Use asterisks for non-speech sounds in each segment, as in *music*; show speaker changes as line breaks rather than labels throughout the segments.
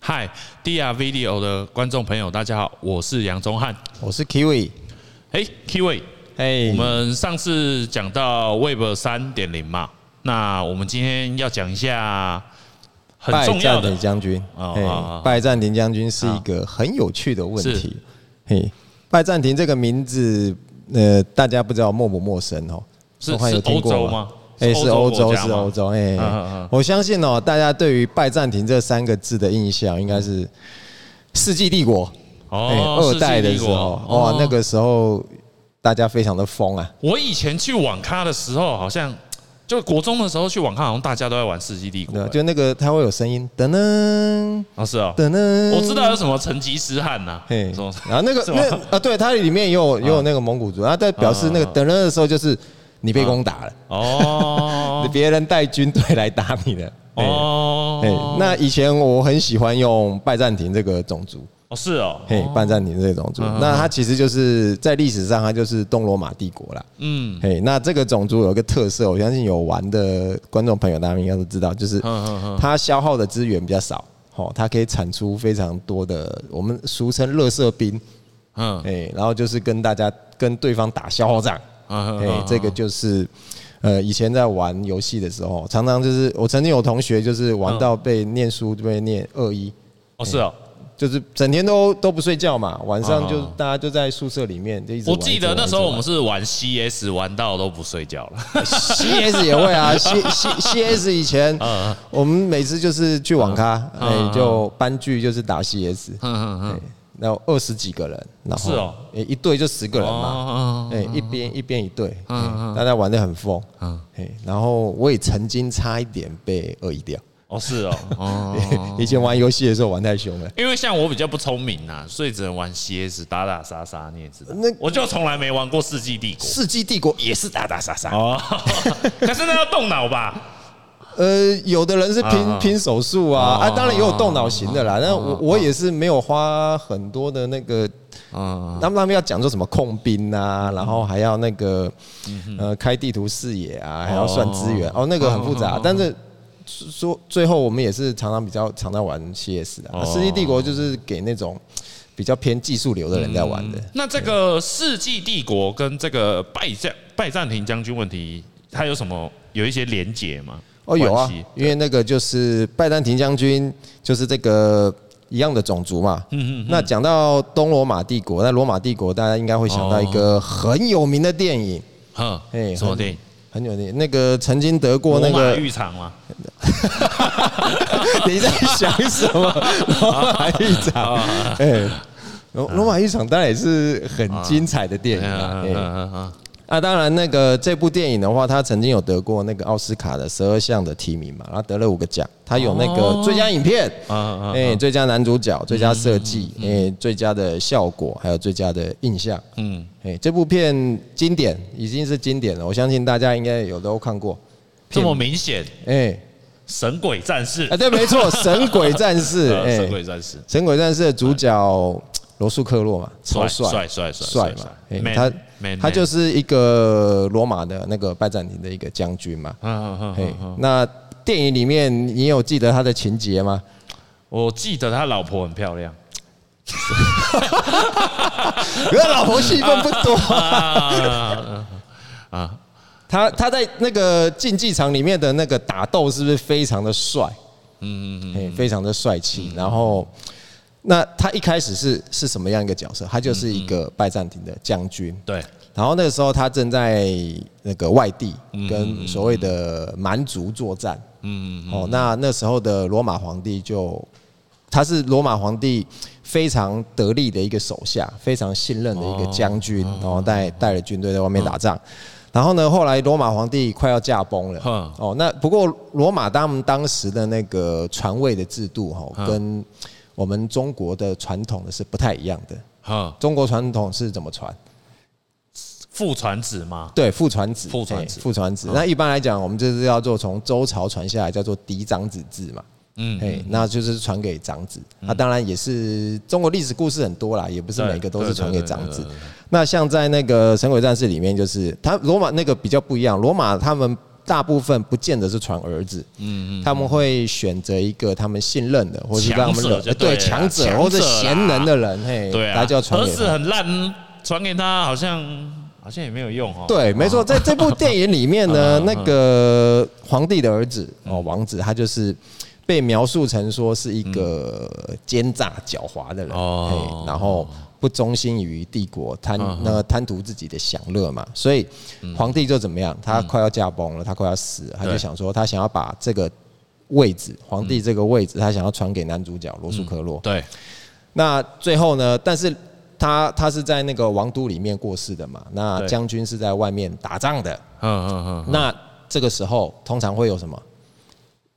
嗨，DR Video 的观众朋友，大家好，我是杨宗翰。
我是 Kiwi，
哎，Kiwi，
哎，
我们上次讲到 Web 三点零嘛，那我们今天要讲一下很
拜
重要
占
的
庭将军，
哦
嘿
好好好
拜占庭将军是一个很有趣的问题。嘿，拜占庭这个名字，呃，大家不知道陌不陌生哦？
是
宗翰有
是
听
欧洲
过
吗？
哎，是欧洲，
国家
是
吗
欧。洲。哎
嗯嗯嗯，
我相信哦，大家对于拜占庭这三个字的印象，应该是世纪帝国哎
哦，
二代
世
的
纪
时
帝国哦
候，哇，那个时候大家非常的疯啊。
我以前去网咖的时候，好像就国中的时候去网咖，好像大家都在玩《世纪帝国
对啊吧，》。就那个它会有声音，噔噔
啊，是哦，
噔噔，
我知道有什么成吉思汗呐，
嗯嘿
什么，
然后那
*laughs*
个
什么
那啊，对，它里面也有也有那个蒙古族，然后在表示那个等人的时候，就是你被攻打了，
哦
*laughs* 你别人带军队来打你了。哦，哎
哦，，
那以前我很喜欢用拜占庭这个种族，
哦嗯是哦，
嘿，拜占庭这个种族，那它其实就是在历史上它就是东罗马帝国啦。
嗯，
嘿，那这个种族有一个特色，我相信有玩的观众朋友大家应该都知道，就是
嗯嗯嗯
它消耗的资源比较少，哦，它可以产出非常多的我们俗称“乐色兵”。
嗯
哎、然后就是跟大家跟对方打消耗战，哎、
嗯
这个就是呃，以前在玩游戏的时候，常常就是我曾经有同学就是玩
嗯
到被念书被念二一，
哦是哦，
就是整天都都不睡觉嘛，晚上就
嗯
大家就在宿舍里面就一直玩。
我记得那时候我们是玩 CS 玩到都不睡觉了，
CS 也
*laughs*
会啊，C C CS 以前
嗯嗯
我们每次就是去网咖，哎、
嗯嗯
就班聚就是打 CS，
嗯嗯
哎，然后二十几个人，然后
是哦
哎一队就十个
嗯，
人嘛，
哦
哎、一边一边一对，
嗯
哎
嗯
大家玩的很疯，
嗯
嗯，哎，然后我也曾经差一点被恶意掉，
哦是哦，哦，
*laughs* 以前玩游戏的时候玩太凶了，
因为像我比较不聪明呐，所以只能玩 CS 打打杀杀，你也知道
那，
我就从来没玩过世纪帝国。
《世纪帝国》也是打打杀杀，
哦，可是那要动脑吧？
呃，有的人是
啊
拼拼手速啊，啊，当然也有动脑型的啦，那我我也是没有花很多的那个。
嗯，
他们他们要讲说什么控兵啊，然后还要那个呃开地图视野啊，还要算资源哦，那个很复杂。但是说说最后我们也是常常比较常在玩 CS 的啊，
哦
《世纪帝国》就是给那种比较偏技术流的人在玩的。
那这个世纪帝国跟这个拜占拜占庭将军问题，它有什么有一些连结吗？
哦，有啊
关系，
因为那个就是拜占庭将军，就是这个一样的种族嘛。嗯嗯。那讲到东罗马帝国，那罗马帝国大家应该会想到一个很有名的电影，
哼，
哎
什么电影？
很有名，那个曾经得过
罗
那
马
个
浴场吗？
*laughs* 你在想什么？罗马浴 *laughs* 场，哎，罗罗马浴场当然也是很精彩的电影啊。
嗯嗯
哎
嗯嗯
啊，当然那个这部电影的话，它曾经有得过那个奥斯卡的十二项的提名嘛，然后得了五个奖，它有那
哦
个最佳影片，
嗯嗯
哎，最佳男主角、最佳设计、哎，最佳的效果，还有最佳的印象。
嗯，
哎，这部片经典已经是经典了，我相信大家应该有都看过。
这么明显，
哎，
神鬼战士
啊，对，没错，《神鬼战
*laughs*
士》
呃
哎
神，鬼战士
《神鬼战士》的主角罗素克洛嘛，超
哎帅
帅
帅帅
帅嘛，
帅
哎
，man，
他
man，
他
man
就是一个罗马的那个拜占庭的一个将军嘛。
嗯嗯
嘿
嗯，嗯，
那电影里面你有记得他的情
*laughs*
节吗？
我记得他老婆很漂
*laughs*
亮，
可是老婆戏份不多，
啊啊，
他他在那个竞技场里面的那个打斗是不是非常的帅？
嗯嗯嗯
哎，非常的帅气。然后，那他一开始是是什么样一个角色？他就是一
嗯
个拜占庭的将军。
对，
然后那个时候他正在那个外地跟所谓的蛮族作战，
嗯
哦，那那时候的罗马皇帝就他是罗马皇帝非常得力的一个手下，非常信任的一个将军，
哦
然后带带了军队在外面打仗。然后呢，后来罗马皇帝快要驾崩了
嗯哼，
哦，那不过罗马他们当时的那个传位的制度哈、哦，跟我们中国的传统的是不太一样的。
哈，
中国传统是怎么传？
父传子嘛，
对，父传子，
父传子嗯
哎父传子。那一般来讲，我们就是要做从周朝传下来，叫做嫡长子制嘛。
嗯
哎，那就是传给长子。那、当然也是中国历史故事很多啦，也不是
对
每个都是传给长
对
子
对对对对。
那像在那个《神鬼战士》里面，就是他罗马那个比较不一样，罗马他们大部分不见得是传儿子，
嗯嗯，
他们会选择一个他们信任的，或是让他们
强者
惹
就对了
强者
强者
或者贤能的人，嘿，
对啊，
来就要传
儿
给
子
哎他。
很烂，传给他好像好像也没有用哦。嗯
对，没错，在
*laughs*
这部电影里面呢，那个皇帝的儿子哦，王子，他就是被描述成说是一个奸诈狡猾的
嗯
人，
哦嗯
哦，然后不忠心于帝国，贪那个贪图自己的享乐嘛，所以皇帝就怎么样，他快要驾崩了，他快要死了，他就
对嗯
想说，他想要把这个位置，皇帝这个位置，他想要传给男主角罗素科洛，
对，
那最后呢？但是他他是在那个王都里面过世的嘛，那
对
将军是在外面打仗的。
嗯嗯嗯，
那这个时候通常会有什么？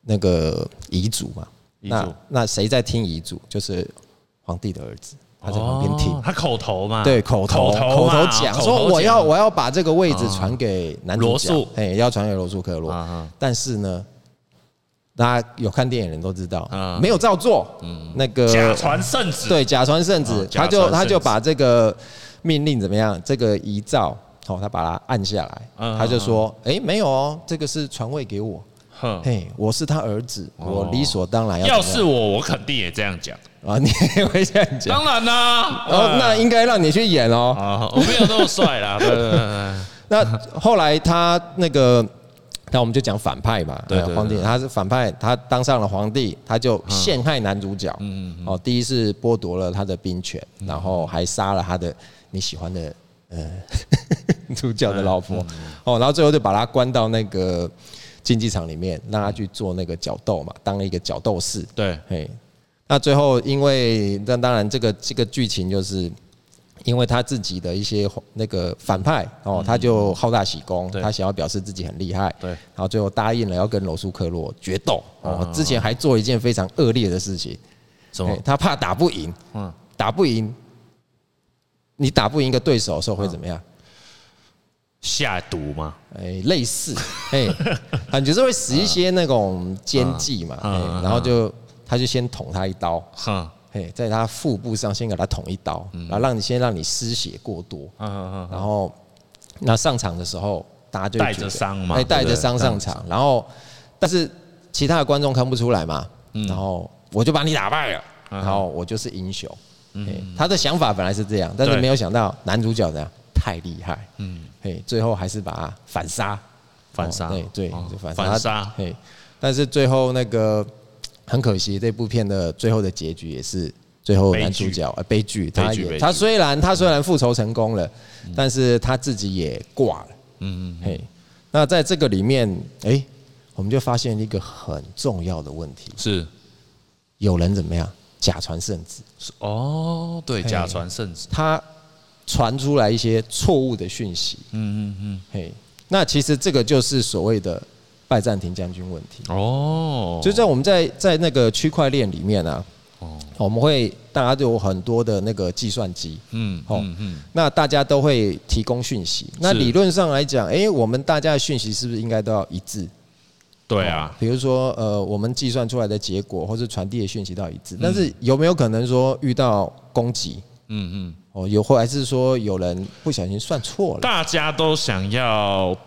那个遗嘱嘛。
遗嘱
那那谁在听遗嘱？就是皇帝的儿子，他在旁边听。
哦他口头嘛，
对，口头
口头
口头
嘛
讲
口头
说我要
讲啊
我要把这个位置传给男主
罗
角
素，
哎，要传给罗素克洛
啊啊。
但是呢，大家有看电影的人都知道
啊，嗯
没有照做。那个
假传圣旨，
对，假传圣
哦
旨，
假
他
传
就
圣旨
他就把这个命令怎么样，这个遗诏，哦，他把它按下来，
嗯
他就说，哎，没有哦，这个是传位给我，
哼，
嘿，我是他儿子，
哦
我理所当然要
要
怎么
是
样
我，我肯定也这样讲。
啊，你也会这样讲，
当然啦，
哦，那
哎
应该让你去演哦，
啊，我没有那么帅啦， *laughs* 对对对对
那后来他那个，那我们就讲反派嘛，
对对对
呃皇帝他是反派，他当上了皇帝，他就陷害男主角，嗯哦，第一是剥夺了他的兵权，然后还杀了他的你喜欢的呃 *laughs* 主角的老婆，哦，然后最后就把他关到那个竞技场里面，让他去做那个角斗嘛，当了一个角斗士，
对，
嘿，那最后因为那当然这个这个剧情就是。因为他自己的一些那个反派哦，他就好大喜功，
嗯对
他想要表示自己很厉害，
对
然后最后答应了要跟罗素克洛决斗哦。之前还做一件非常恶劣的事情，
什嗯么
哎？他怕打不赢，
嗯，
打不赢，你打不赢一个对手的时
嗯
候会怎么样？
下毒吗？
哎，类似，哎， *laughs* 感觉是会使一些那种奸计嘛，
嗯嗯
哎
嗯
然后就他就先捅他一刀，
哼，
嘿，在他腹部上先给他捅一刀，然后让你先让你失血过多，
嗯嗯嗯，
然后那上场的时候大家就
带
觉得
着伤嘛
哎带
对
着
不对
伤上场，然后但是其他的观众看不出来嘛，
嗯
然后我就把你打败了，然后我就是英雄。哎他的想法本来是这样，但是
嗯对
没有想到男主角呢太厉害，嗯，嘿，最后还是把他反杀，
反杀
哦对对
哦，
就反杀，
反杀
嘿，但是最后那个很可惜，这部片的最后的结局也是最后男主角呃悲剧，他
悲剧
也
悲
他
剧
虽然他虽然复仇成功了，但是他自己也挂了，嗯嗯，嘿，那在这个里面，哎，我们就发现一个很重要的问题，
是
有人怎么样假传圣旨，
是哦，对，假传圣旨，
他传出来一些错误的讯息，
嗯嗯
嘿，那其实这个就是所谓的拜占庭将军问题。
嗯，哦，
就在我们在在那个区块链里面啊，
哦
我们会大家都有很多的那个计算机，
嗯
哦
嗯嗯，
那大家都会提供讯息。那理论上来讲，诶，我们大家的讯息是不是应该都要一致？
对啊，
比如说，呃，我们计算出来的结果或是传递的讯息都要一致。但是有没有可能说遇到攻击？
嗯嗯嗯，
哦，有或还是说有人不小心算错了？
大家都想要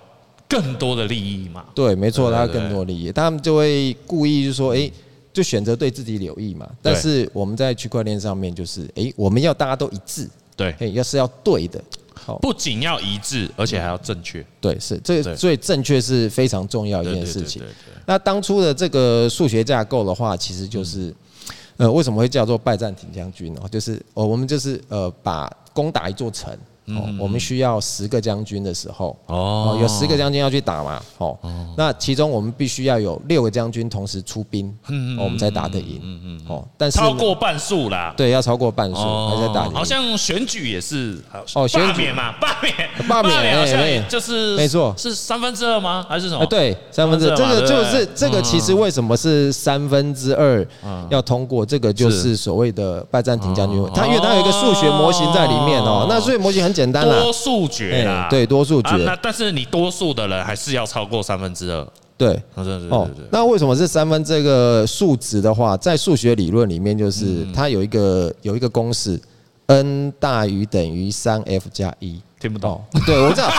更多的利益嘛，
对，没错，
对
他
对
更多利益，他们就会故意就说，哎、就选择对自己有益嘛。但是我们在区块链上面就是，哎、我们要大家都一致，
对，
哎、要是要对的，好，
不仅要一致，而且还要正确，
对，是这
对
个，所以正确是非常重要嗯一
对
件
对
事
对
情
对。对，
那当初的这个数学架构的话，其实就是，
嗯
呃，为什么会叫做拜占庭将军哦？就是哦，我们就是呃，把攻打一座城，哦，我们需要十个将军的时候，
嗯哦
哦，有十个将军要去打嘛，哦，那其中我们必须要有六个将军同时出兵，
嗯
哦我们才打得赢，哦，但是呢
超过半数啦。
对要超过半数才才打得赢，
好像选举也是，好
哦嗯选举
罢免嘛， *laughs* 罢免，
罢免
好像
哎
也
哎
就是
没错
是三分之二吗？还是什
啊，
么？
对，三分之
三
这
分之二嘛
个就
对
是
不对
这个，其
嗯
实为什么是三分之二要通过？这个就是所谓的拜占庭将军
哦，
它因为它有一个数学模型在里面
哦
哦。那数学模型很简单啦
多，数决啦，
哎对多数决
啊那但是你多数的人还是要超过三分之二。
对
对对对
哦
对对。
那为什么是三分这个数值的话，在数学理论里面，就是
嗯
它有一个有一个公式，n 大于等于三 f 加一。
听不懂 *laughs*
哦，对我知道。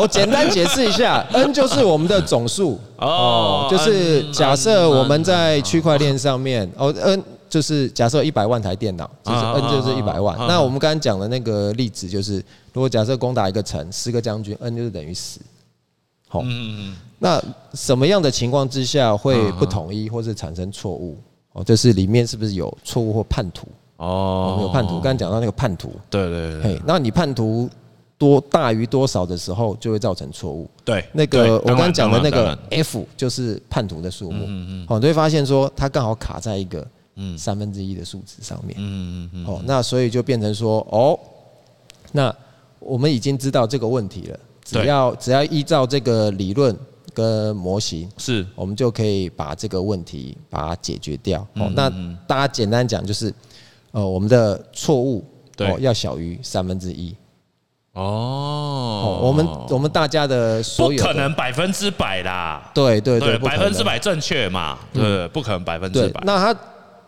我简单解释一下，n 就是我们的总数
哦嗯
哦，就是假设我们在区块链上面哦，n 就是假设一百万台电脑，就是 n 就是一百万
啊啊啊啊。
那我们刚刚讲的那个例子就是，如果假设攻打一个城，十个将军，n 就是等于十。好，
嗯嗯
那什么样的情况之下会不统一，或是产生错误？哦，就是里面是不是有错误或叛徒？
哦
哦，有叛徒。刚刚讲到那个叛徒，
对对对
嘿，那你叛徒多大于多少的时候，就会造成错误。
对，
那
对
个我刚刚讲的那，
当然当
个
然
F 就是叛徒的数目，
嗯
哦，你会发现说它刚好卡在一个
嗯
三分之一的数值上面，
嗯嗯嗯，
哦，那所以就变成说，哦，那我们已经知道这个问题了，只
对
要只要依照这个理论跟模型，
是
我们就可以把这个问题把它解决掉。哦
嗯，
那
嗯嗯
大家简单讲就是，呃，我们的错误
对
哦要小于三分之一。
哦
哦，我们我们大家的
不
所有的
可能百分之百啦，
对对对，不可
百
能嗯
分之百正确嘛，对不对，不可能百分之
对
百。。
那他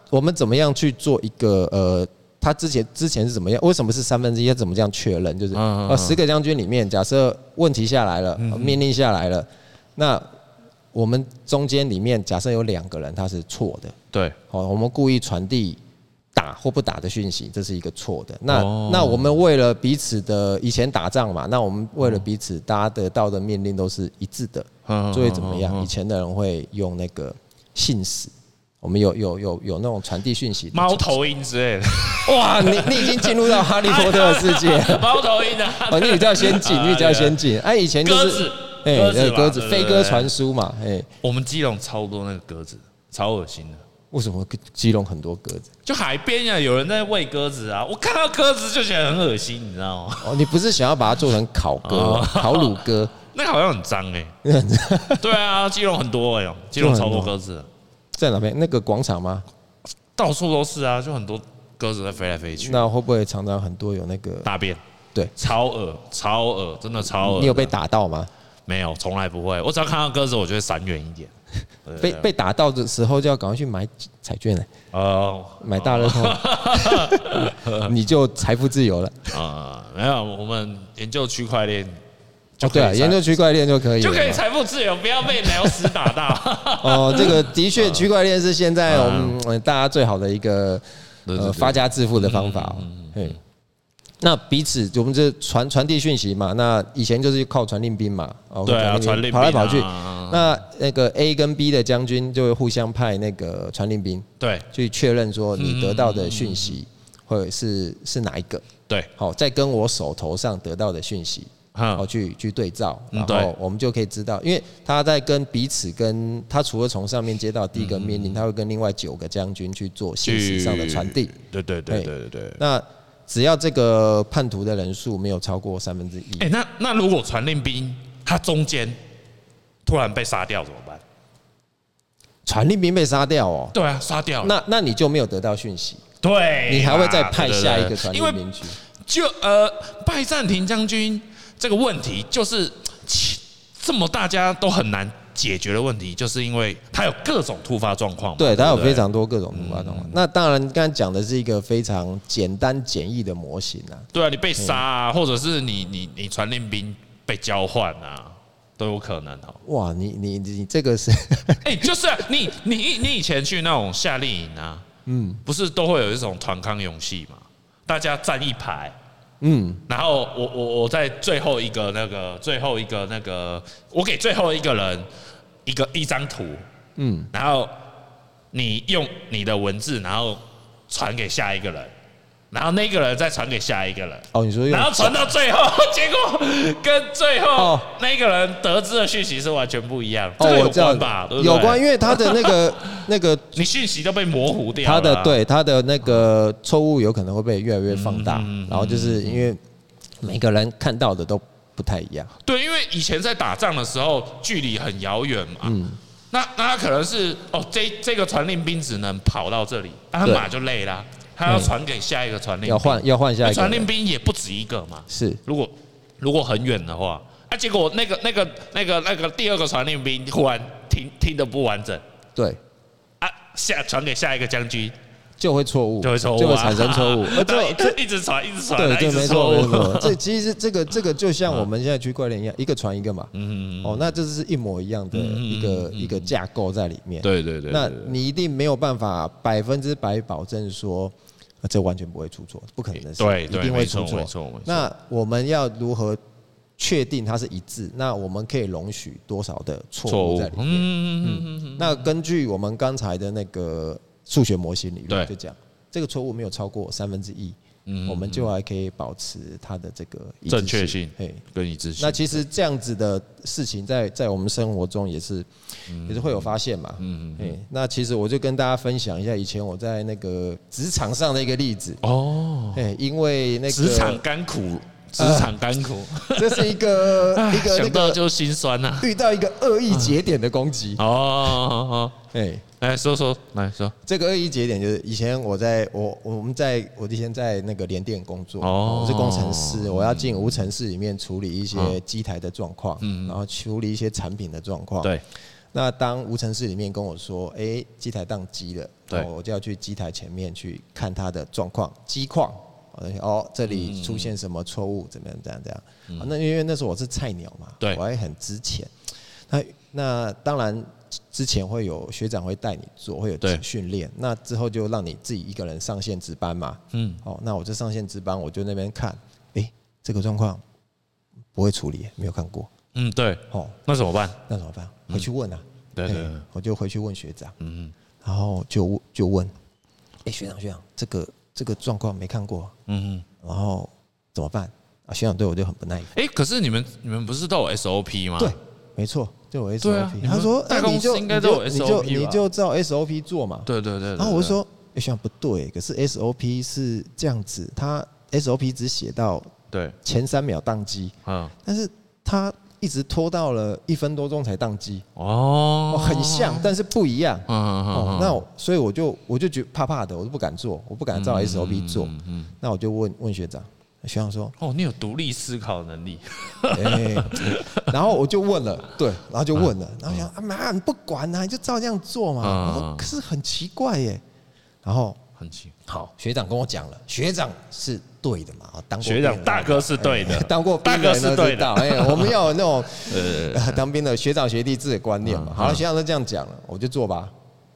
我们怎么样去做一个呃，他之前之前是怎么样？为什么是三分之一？他怎么这样确认？就是
嗯嗯嗯
呃，十个将军里面，假设问题下来了，命令下来了，那我们中间里面假设有两个人他是错的，
对，
哦，我们故意传递打或不打的讯息，这是一个错的。那、
哦
那我们为了彼此的以前打仗嘛，那我们为了彼此大家得到的命令都是一致的，
嗯
就会怎么样？
嗯嗯
以前的人会用那个信使。我们有有有有那种传递讯息的
猫头鹰之类的，
哇！你你已经进入到哈利波特的世界 *laughs*
猫头鹰啊，
哦，你比较先进，你比较先进。哎，以前就
鸽
是
子，
哎
鸽子
对
吧，
鸽子
对
飞鸽传，书嘛，哎，
对对我们基隆超多那个鸽子，超恶心的。
为什么基隆很多鸽子？
就海边啊，有人在喂鸽子啊，我看到鸽子就觉得很恶心，你知道吗？
哦，你不是想要把它做成烤鸽、
哦
烤乳鸽？
那个好像很脏
欸
哎、 *laughs* 对啊，基隆很多哎、呦，基隆超多鸽子的，
*laughs* 在哪边？那个广场吗？
到处都是啊，就很多鸽子在飞来飞去，
那会不会常常很多有那个？
大便
对，
超恶，超恶，真的超恶。
你有被打到吗？
没有？从来不会，我只要看到鸽子，我就会闪远一点。啊
被被打到的时候就要赶快去买彩券了，
呃
买大乐透，
哦
*laughs* 你就财富自由了。
*laughs* 啊、没有，我们研究区块链
哦，
*laughs* 就可
对
以
啊，研究区块链就可以了
就
嘛，
可以财富自由，不要被鸟屎打
*laughs*
到。
哦，这个的
*laughs* 嗯
确，区块链是现在我们呃大家最好的一个
对对对嗯
呃发家致富的方法哦。嘿，那彼此我们这传传递讯息嘛，那以前就是靠传令兵嘛，哦，
对啊传令兵
跑来跑去
啊。
那那个 A 跟 B 的将军就会互相派那个传令兵
对
去确认说你得到的讯
嗯
息或者是是哪一个，
对，
好，再跟我手头上得到的讯息然后
嗯，
去去对照，
嗯
然
对
后我们就可以知道，因为他在跟彼此跟他除了从上面接到第一个命
嗯
令，他会跟另外九个将军去做信息上的传递。
对对对对对对。
那只要这个叛徒的人数没有超过三分之一
哎、，那那如果传令兵他中间突然被杀掉怎么办？
传令兵被杀掉哦，
对啊，杀掉了。
那那你就没有得到讯息，
对嘛，
你还会再派下一
哎啊
个
对
传
因为
令兵去。
就呃，拜占庭将军这个问题，就是其这么大家都很难解决的问题，就是因为他有各种突发状况嘛。
对，它有
不对嗯
非常多各种突发状况。那当然，刚才讲的是一个非常简单简易的模型啊。
对啊，你被杀啊，或者是你你你传令兵被交换啊，都有可能哦。
哇，你你你这个是
哎、就是、啊、你你你以前去那种夏令营啊，嗯，不是都会有一种团康勇戏嘛，大家站一排，
嗯，
然后我我我在最后一个那个最后一个那个，我给最后一个人一个一张图，嗯
嗯，
然后你用你的文字，然后传给下一个人，然后那个人再传给下一个人。
哦，你说用
然后传到最后，结果跟最后
哦
那个人得知的讯息是完全不一样。这
哦
个，有
我知道
关吧？对不对
有关，因为他的那个那个
你讯息都被模糊掉了
他
啊。
的对他的那个错误有可能会被越来越放大
嗯嗯嗯，
然后就是因为每个人看到的都不太一样，
对，因为以前在打仗的时候，距离很遥远嘛。
嗯
那那他可能是哦，这这个传令兵只能跑到这里，那他
对嗯
马就累啦，他要传给下一个传令兵，
要换要换下一个
哎传
人
令兵也不止一个嘛。
是
如果如果很远的话，啊，结果那个那个那个那个第二个传令兵忽然听听的不完整
对
啊，下传给下一个将军，
就会错误，
就会错误，，
就会产生错误而
*laughs* 对，
且
一直一直传，一直传，
*laughs*
啊
对
一
对，
直
没错
错
没
误 *laughs* 嗯
错。这其实这个这个就像我们现在区块链一样，一个传一个嘛。嗯哦，那这是一模一
嗯
样的一个一个架构在里面。
对对对，
那
对对
你一定没有办法百分之百保证说，呃这完全不会出错，不可能的事，
对
一
对
定
没
会
错
出
没错没错
错。那我们要如何确定它是一致？那我们可以容许多少的
错
错误
误
在里，面？
嗯嗯嗯，
那根据我们刚才的那个数学模型理
对
论，就讲这个错误没有超过三分之一，我们就还可以保持它的这个一
嗯
致
正确性
嘿，
跟一致性
那，其实这样子的事情在在我们生活中也是也是会有发现嘛。嗯嗯。那其实我就跟大家分享一下以前我在那个职场上的一个例子。
哦，
哎，因为那个
职场，甘苦，职场甘苦，
*laughs* 这是一
*laughs*
个一个那
想到
个
就心酸呐。
遇到一个恶意节点的攻击。
哦，
哎，
来说说，来说，
这个恶意节点就是以前我在我我们在我以前在那个联电工作，
哦
我是工程师，我要进无尘室里面处理一
嗯
些机台的状况，然后处理一些产品的状况。。
对，
那当无尘室里面跟我说，哎、机台宕机了，
对
哦我就要去机台前面去看它的状况，机况。我就想哦，这里出现什么错误，怎么样，怎样，怎样？啊那因为那时候我是菜鸟嘛，
嗯对
我还很值钱。那那当然之前会有学长会带你做，会
对
有训练。那之后就让你自己一个人上线值班嘛。
嗯，
哦，那我就上线值班，我就那边看，哎、这个状况不会处理，没有看过。
嗯，对，
哦，
那怎么办？
那怎么办？回去问啊。
对对对
嘿我就回去问学长，
嗯
然后就问就问，哎、学长学长，这个这个状况没看过啊，
嗯，
然后怎么办？啊，学长对我就很不耐烦。
哎，可是你们你们不是都有 SOP 吗？
对，没错，对我 SOP。
啊对啊你们
他说，
大
那
公
你
司
就
应该
你
都有
就你就
SOP
你
吧
就照 SOP 做嘛。
对对对，对
然后我就，说，哎、学长不对，可是 SOP 是这样子，他 SOP 只写到
对，
前三秒宕机，
嗯，
但是他一直拖到了一分多钟才宕机，
哦
哦，，很像，，但是不一样。
嗯嗯嗯
哦
嗯，，
那我所以我就我就觉得怕怕的，我都不敢做，我不敢照 SOP 做。
嗯，
那我就问问学长，学长说， *laughs*
哦，你有独立思考能力，
哎、然后我就问了，对，然后就问了，然后想啊妈，你不管啊，你就照这样做嘛。
嗯
我说可是很奇怪耶。然后
很奇，
好，学长跟我讲了，学长是对的嘛，啊当过
学长
兵的
大哥是对的
哎 *laughs* 当过兵的人都
大哥是对
知
的
道，哎，我们要有那种
呃，
呃当兵的学长学弟制的观念嘛
嗯。
好了，学长都这样讲了，我就做吧。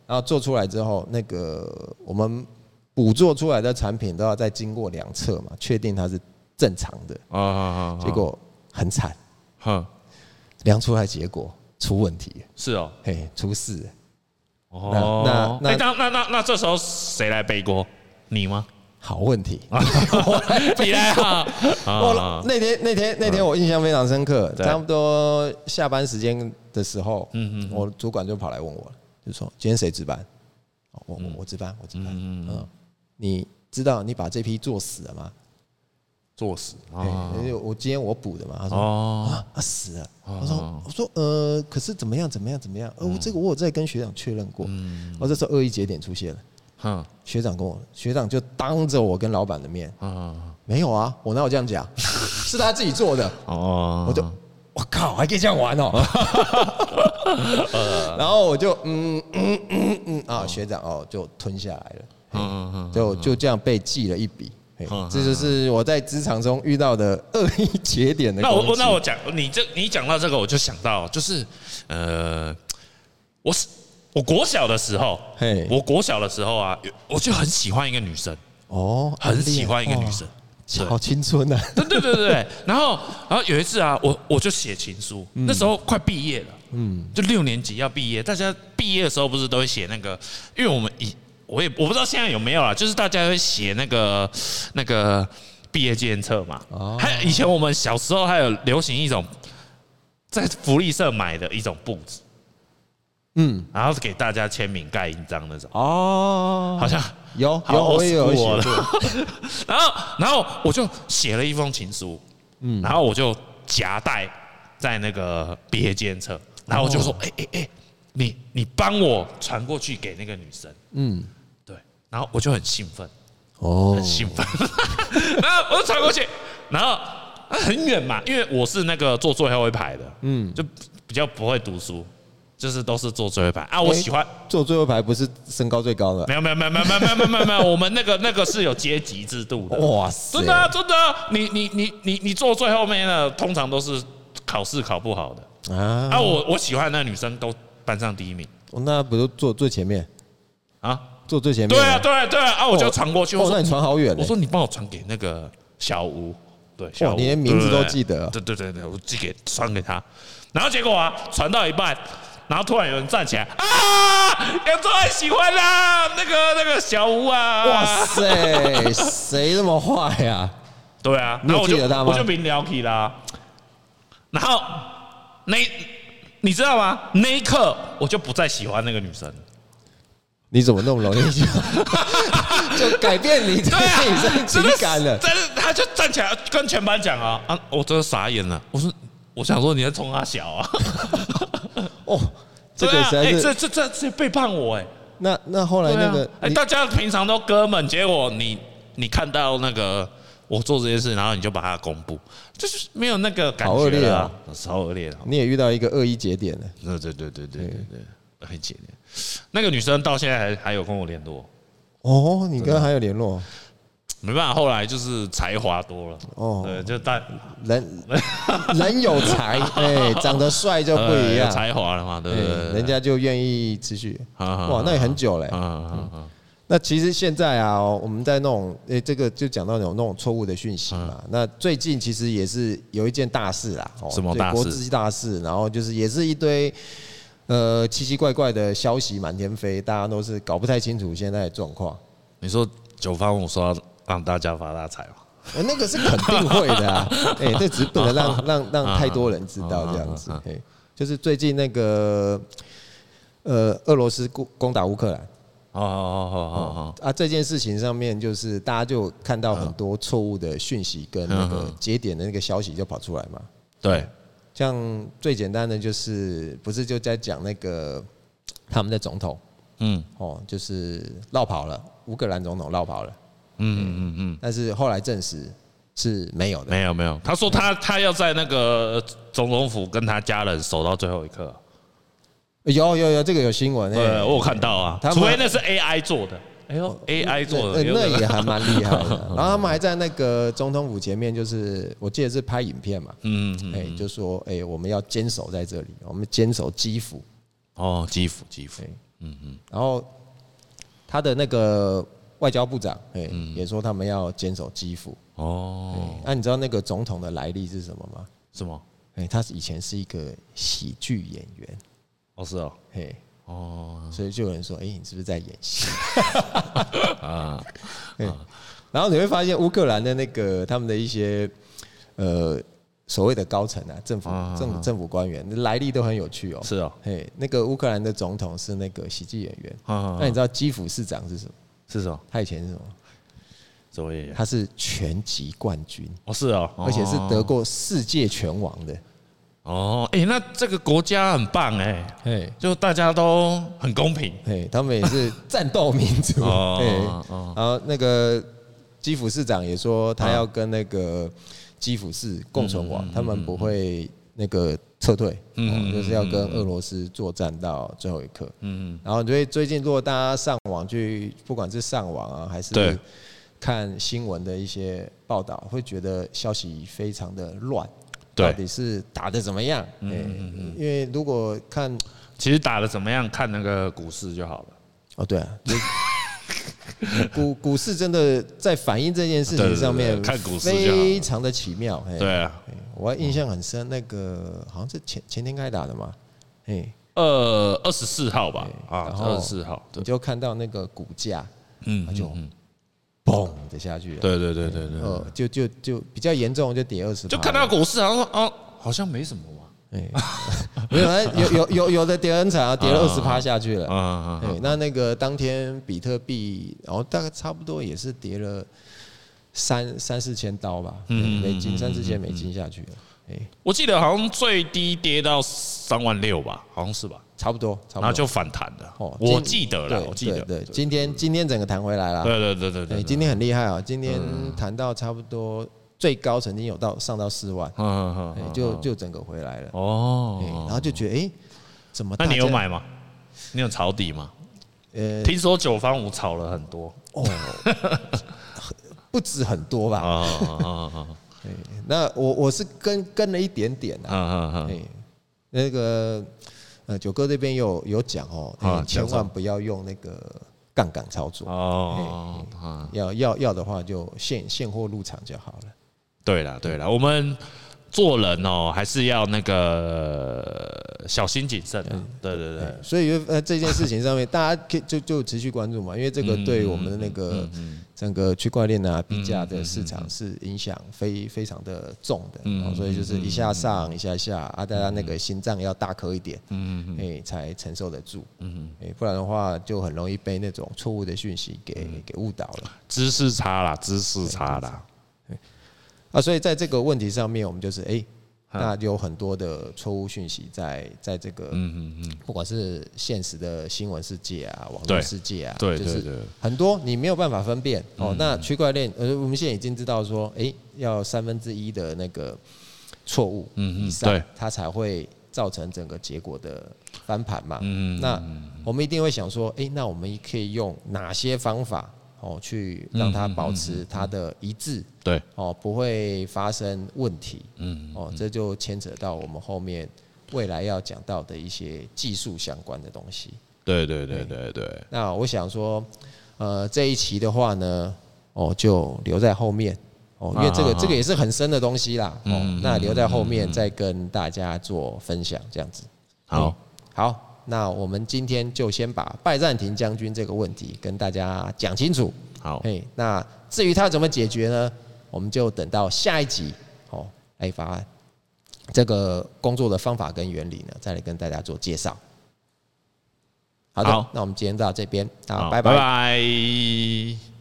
然后做出来之后，那个我们捕做出来的产品都要再经过两测嘛，确定它是正常的。
啊啊，
结，果很惨，
哼，
量出来结果出问题，
是哦，
嘿，出事了。
哦，那那那那那这时候谁来背锅？你
*laughs*
吗？
好问题，
你来
*laughs*
啊！嗯
我那天那天那天我印象非常深刻，
对
差不多下班时间的时候，嗯嗯，我主管就跑来问我了，就说今天谁值班？哦我我我值班，我值班。嗯，你知道你把这批做死了吗？
作死啊！
哎因为我今天我补的嘛。他说
哦，嗯
啊啊死了。我说我说呃，可是怎么样怎么样怎么样？呃，我这个我有在跟学长确认过。我这时候恶意节点出现了，
哼，
学长跟我学长就当着我跟老板的面，
啊，
没有啊，我哪有这样讲？是他自己做的。
哦，
我就我靠，还可以这样玩哦。
啊
*laughs* 然后我就嗯嗯嗯嗯啊，学长哦，就吞下来了，
嗯嗯
就就这样被记了一笔。嘿
嗯
这就是我在职场中遇到的恶意节点的
*laughs* 那我
攻
我
击
那我讲，你这你讲到这个，我就想到，就是呃，我是我国小的时候
嘿，
我国小的时候啊，我就很喜欢一个女生，
哦，
很喜欢一个女生，
哇，好青春啊
*laughs*
呐、
对对对对对。然后然后有一次啊，我我就写情书，
嗯
那时候快毕业了，嗯，就六年级要毕业，大家毕业的时候不是都会写那个，因为我们以我也我不知道现在有没有啦，就是大家会写那个那个毕业纪念册嘛。
哦
还有以前我们小时候还有流行一种在福利社买的一种布子，
嗯，
然后给大家签名盖印章那种，
哦，
好像。
有
好
有我
old
也
school
有写
了
过，
*laughs* 然后，然后我就写了一封情书，嗯，然后我就夹带在那个毕业纪念册，然后我就
哦
说，哎哎哎，你你帮我传过去给那个女生，
嗯，
对，然后我就很兴奋，
哦
很，兴奋， *laughs* 然后我就传过去，然后啊很远嘛，因为我是那个坐最后一排的，嗯，就比较不会读书，就是都是坐最后一排啊，我喜欢
诶坐最后一排不是身高最高的
没。有没有没有没有没有没有没有没有没有，我们那个那个是有阶级制度的。
哇塞
真的啊真的啊，你你你你你坐最后面的，通常都是考试考不好的。
啊，
啊，我我喜欢的那女生都班上第一名
那不就坐最前面？
啊。
坐最前面
对
吗。
啊对啊对啊，啊我就传过去，我
哦，
说
那你传好远
我
嘞。
说你帮我传给那个小吴，对，小吴，
你连名
对
字
对对
都记得啊
对对对对，我寄给传给他，然后结果啊，传到一半，然后突然有人站起来啊，杨宗翰喜欢啦、那个那个小吴啊，
哇，塞，谁那么坏呀？
对啊，
你有
然后我就
记得他吗
我就明了起啦，然后那你知道吗？那一刻我就不再喜欢那个女生了。
你怎么那么容易就 *laughs* 就改变你
对啊 *laughs*
*laughs* 对，啊自己的情感了？
但是他就站起来跟全班讲啊啊！我真的傻眼了，我说我想说你在冲他小
*laughs*
啊，
哦，这
对
个
啊
实，在
哎，这
是。
这这这背叛我哎，
那那后来
对
那
啊
个，
哎，
你
大家平常都哥们，结果你你看到那个我做这件事，然后你就把它公布，就是没有那个感
好恶
觉
劣
了
啊
啊，超恶劣的，
你也遇到一个恶意节点了。
对对对对对对对，很简单。那个女生到现在还还有跟我联络，
哦，你跟他还有联络？
没办法，后来就是才华多了，
哦
对，就但
人 *laughs* 人有才，哎，长得帅就不一
呃有
样，
才华了嘛，对
哎
不对？
人家就愿意持续。
好好
哇
好，
那也很久嘞。欸
嗯嗯
那其实现在啊，我们在那种诶、这个就讲到有那种错误的讯息嘛。那最近其实也是有一件大事啦，哦
嗯什么
对
大事
国际大事，然后就是也是一堆呃奇奇怪怪的消息满天飞，大家都是搞不太清楚现在的状况。
你说九方五说让大家发大财嘛？
呃那个是肯定会
*laughs*
的啊，哎、这只是不能
啊
让让让太多人知道这样子。哎、就是最近那个呃，俄罗斯攻攻打乌克兰。
哦哦哦
啊，这件事情上面就是大家就看到很多错误的讯息跟那
嗯
个
嗯
节点的那个消息就跑出来嘛。
哦，对，
像最简单的就是不是就在讲那个他们的总统
嗯
哦，就是绕跑了，乌克兰总统绕跑了，
嗯嗯嗯，
但是后来证实是没有的。
没有没有，他说他他要在那个总统府跟他家人守到最后一刻，
有有有，这个有新闻
对
哎，
我有看到啊，
他们哎
除非那是 AI 做的，哎呦 AI 做的，
那呃
有
那
可
也
能
还蛮
*laughs*
厉害的。然后他们还在那个总统府前面，就是我记得是拍影片嘛，
嗯嗯
哎、就说哎、我们要坚守在这里，我们坚守基辅。哎
哦，基辅基辅，嗯
然后他的那个外交部长，哎、也说他们要坚守基辅。
嗯
哎
哦，
那、你知道那个总统的来历是什么吗？
什么？
哎、他是以前是一个喜剧演员，
哦是哦，
嘿，
哦
所以就有人说，哎、你是不是在演戏？
*laughs*
*laughs*
啊，
然后你会发现乌克兰的那个他们的一些呃所谓的高层啊，政府
啊
政府政府官员来历都很有趣哦。
是哦，
嘿，那个乌克兰的总统是那个喜剧演员，
啊啊
那你知道基辅市长是什么？
是什么？
他以前是什么？
什么演员？
他是拳击冠军。
哦是哦，
而且是得过世界拳王的。
哦，哎，那这个国家很棒哎，
哎
就大家都很公平。
哎，他们也是
*laughs*
战斗民族。
哦
哎
哦哦，嗯
然后那个基辅市长也说，他要跟那个基辅市共存亡，他们不会那个撤退，
嗯
哦
嗯
就是要跟俄罗斯作战到最后一刻。
嗯，
然后，所以最近如果大家上网去，不管是上网啊，还
对
是看新闻的一些报道，会觉得消息非常的乱。
对
到底是打的怎么样？嗯因为如果看
其实打的怎么样，看那个股市就好了。
哦，对啊，
*laughs*
就股股市真的在反映这件事情上面，
对对对对看股市就好
非常的奇妙。哎，
对啊，
哎我还印象很深，那个好像是前前天开打的嘛，哎，
二二十四号吧，啊
然，后
二十四号，
你
对，
就看到那个股价
嗯
它就
嗯嗯
嘣的下去了，
对对对对对，
呃，就就就比较严重，就跌二十，
就看到股市好像说哦，好像没什么嘛，
哎， *laughs* 没有，哎有有有有的跌很惨啊，跌了二十趴下去了
啊。啊啊
对，那那个当天比特币，然后大概差不多也是跌了三三四千刀吧，嗯，美金三四千美
嗯
金下去了，哎、
我记得好像最低跌到三万六吧，好像是吧，
差不多，差不多。
然后就反弹了。
哦今
我记得了，
对
我记得，
对，
对嗯
对今天今天整个弹回来了，
对嗯对对
对，
对，
今天很厉害啊、今天弹到差不多最高曾经有到上到四万，
嗯嗯
哎
嗯，
就就整个回来了，哎，然
哦，
后就觉得哎、怎么？
那你有？买吗？你有抄底吗？
呃，
听说九方五炒了很多
哦， *laughs* 不止很多
啊
吧？
啊啊
对，那我我是跟跟了一点点
啊
啊，
啊！
哎，那个呃，九哥这边有有讲哦，哎
啊讲
千
什
万
么
不要用那个杠杆操作，
哦，啊，
要要要的话就现现货入场就好了。
对了对了，我们做人哦、还是要那个呃小心谨慎啊。对对对
哎，所以就呃这件事情上面，大家可以就就持续关注嘛，因为这个对我们的那个整个区块链啊币价的市场是影响非非常的重的，哦所以就是一下上一下下啊，大家那个心脏要大颗一点，嗯，哎才承受得住，嗯，哎不然的话就很容易被那种错误的讯息给给误导了。
知识差啦，知识差啦。
啊，所以在这个问题上面，我们就是哎、那有很多的错误讯息在在这个，不管是现实的新闻世界啊，网络
嗯对
世界啊，
对
就
对嗯
是
对
很多你没有办法分辨哦。那区块链，呃，我们现在已经知道说，哎、要三分之一的那个错误
嗯嗯
以上
对，
它才会造成整个结果的翻盘嘛。
嗯
那我们一定会想说，哎、那我们可以用哪些方法哦，去让
嗯
它保持它的一致？
对，
哦，不会发生问题。
嗯，
哦，这就牵扯到我们后面未来要讲到的一些技术相关的东西。
对对对对对，
那我想说，呃，这一期的话呢，哦，就留在后面哦，因为这个
啊啊啊
这个也是很深的东西啦。哦
嗯，
那留在后面再跟大家做分享，这样子。嗯
好，
好，那我们今天就先把拜占庭将军这个问题跟大家讲清楚。
好，
嘿，那至于他怎么解决呢？我们就等到下一集哦，来把这个工作的方法跟原理呢，再来跟大家做介绍。好的，
好
那我们今天到这边，好，
好
拜
拜拜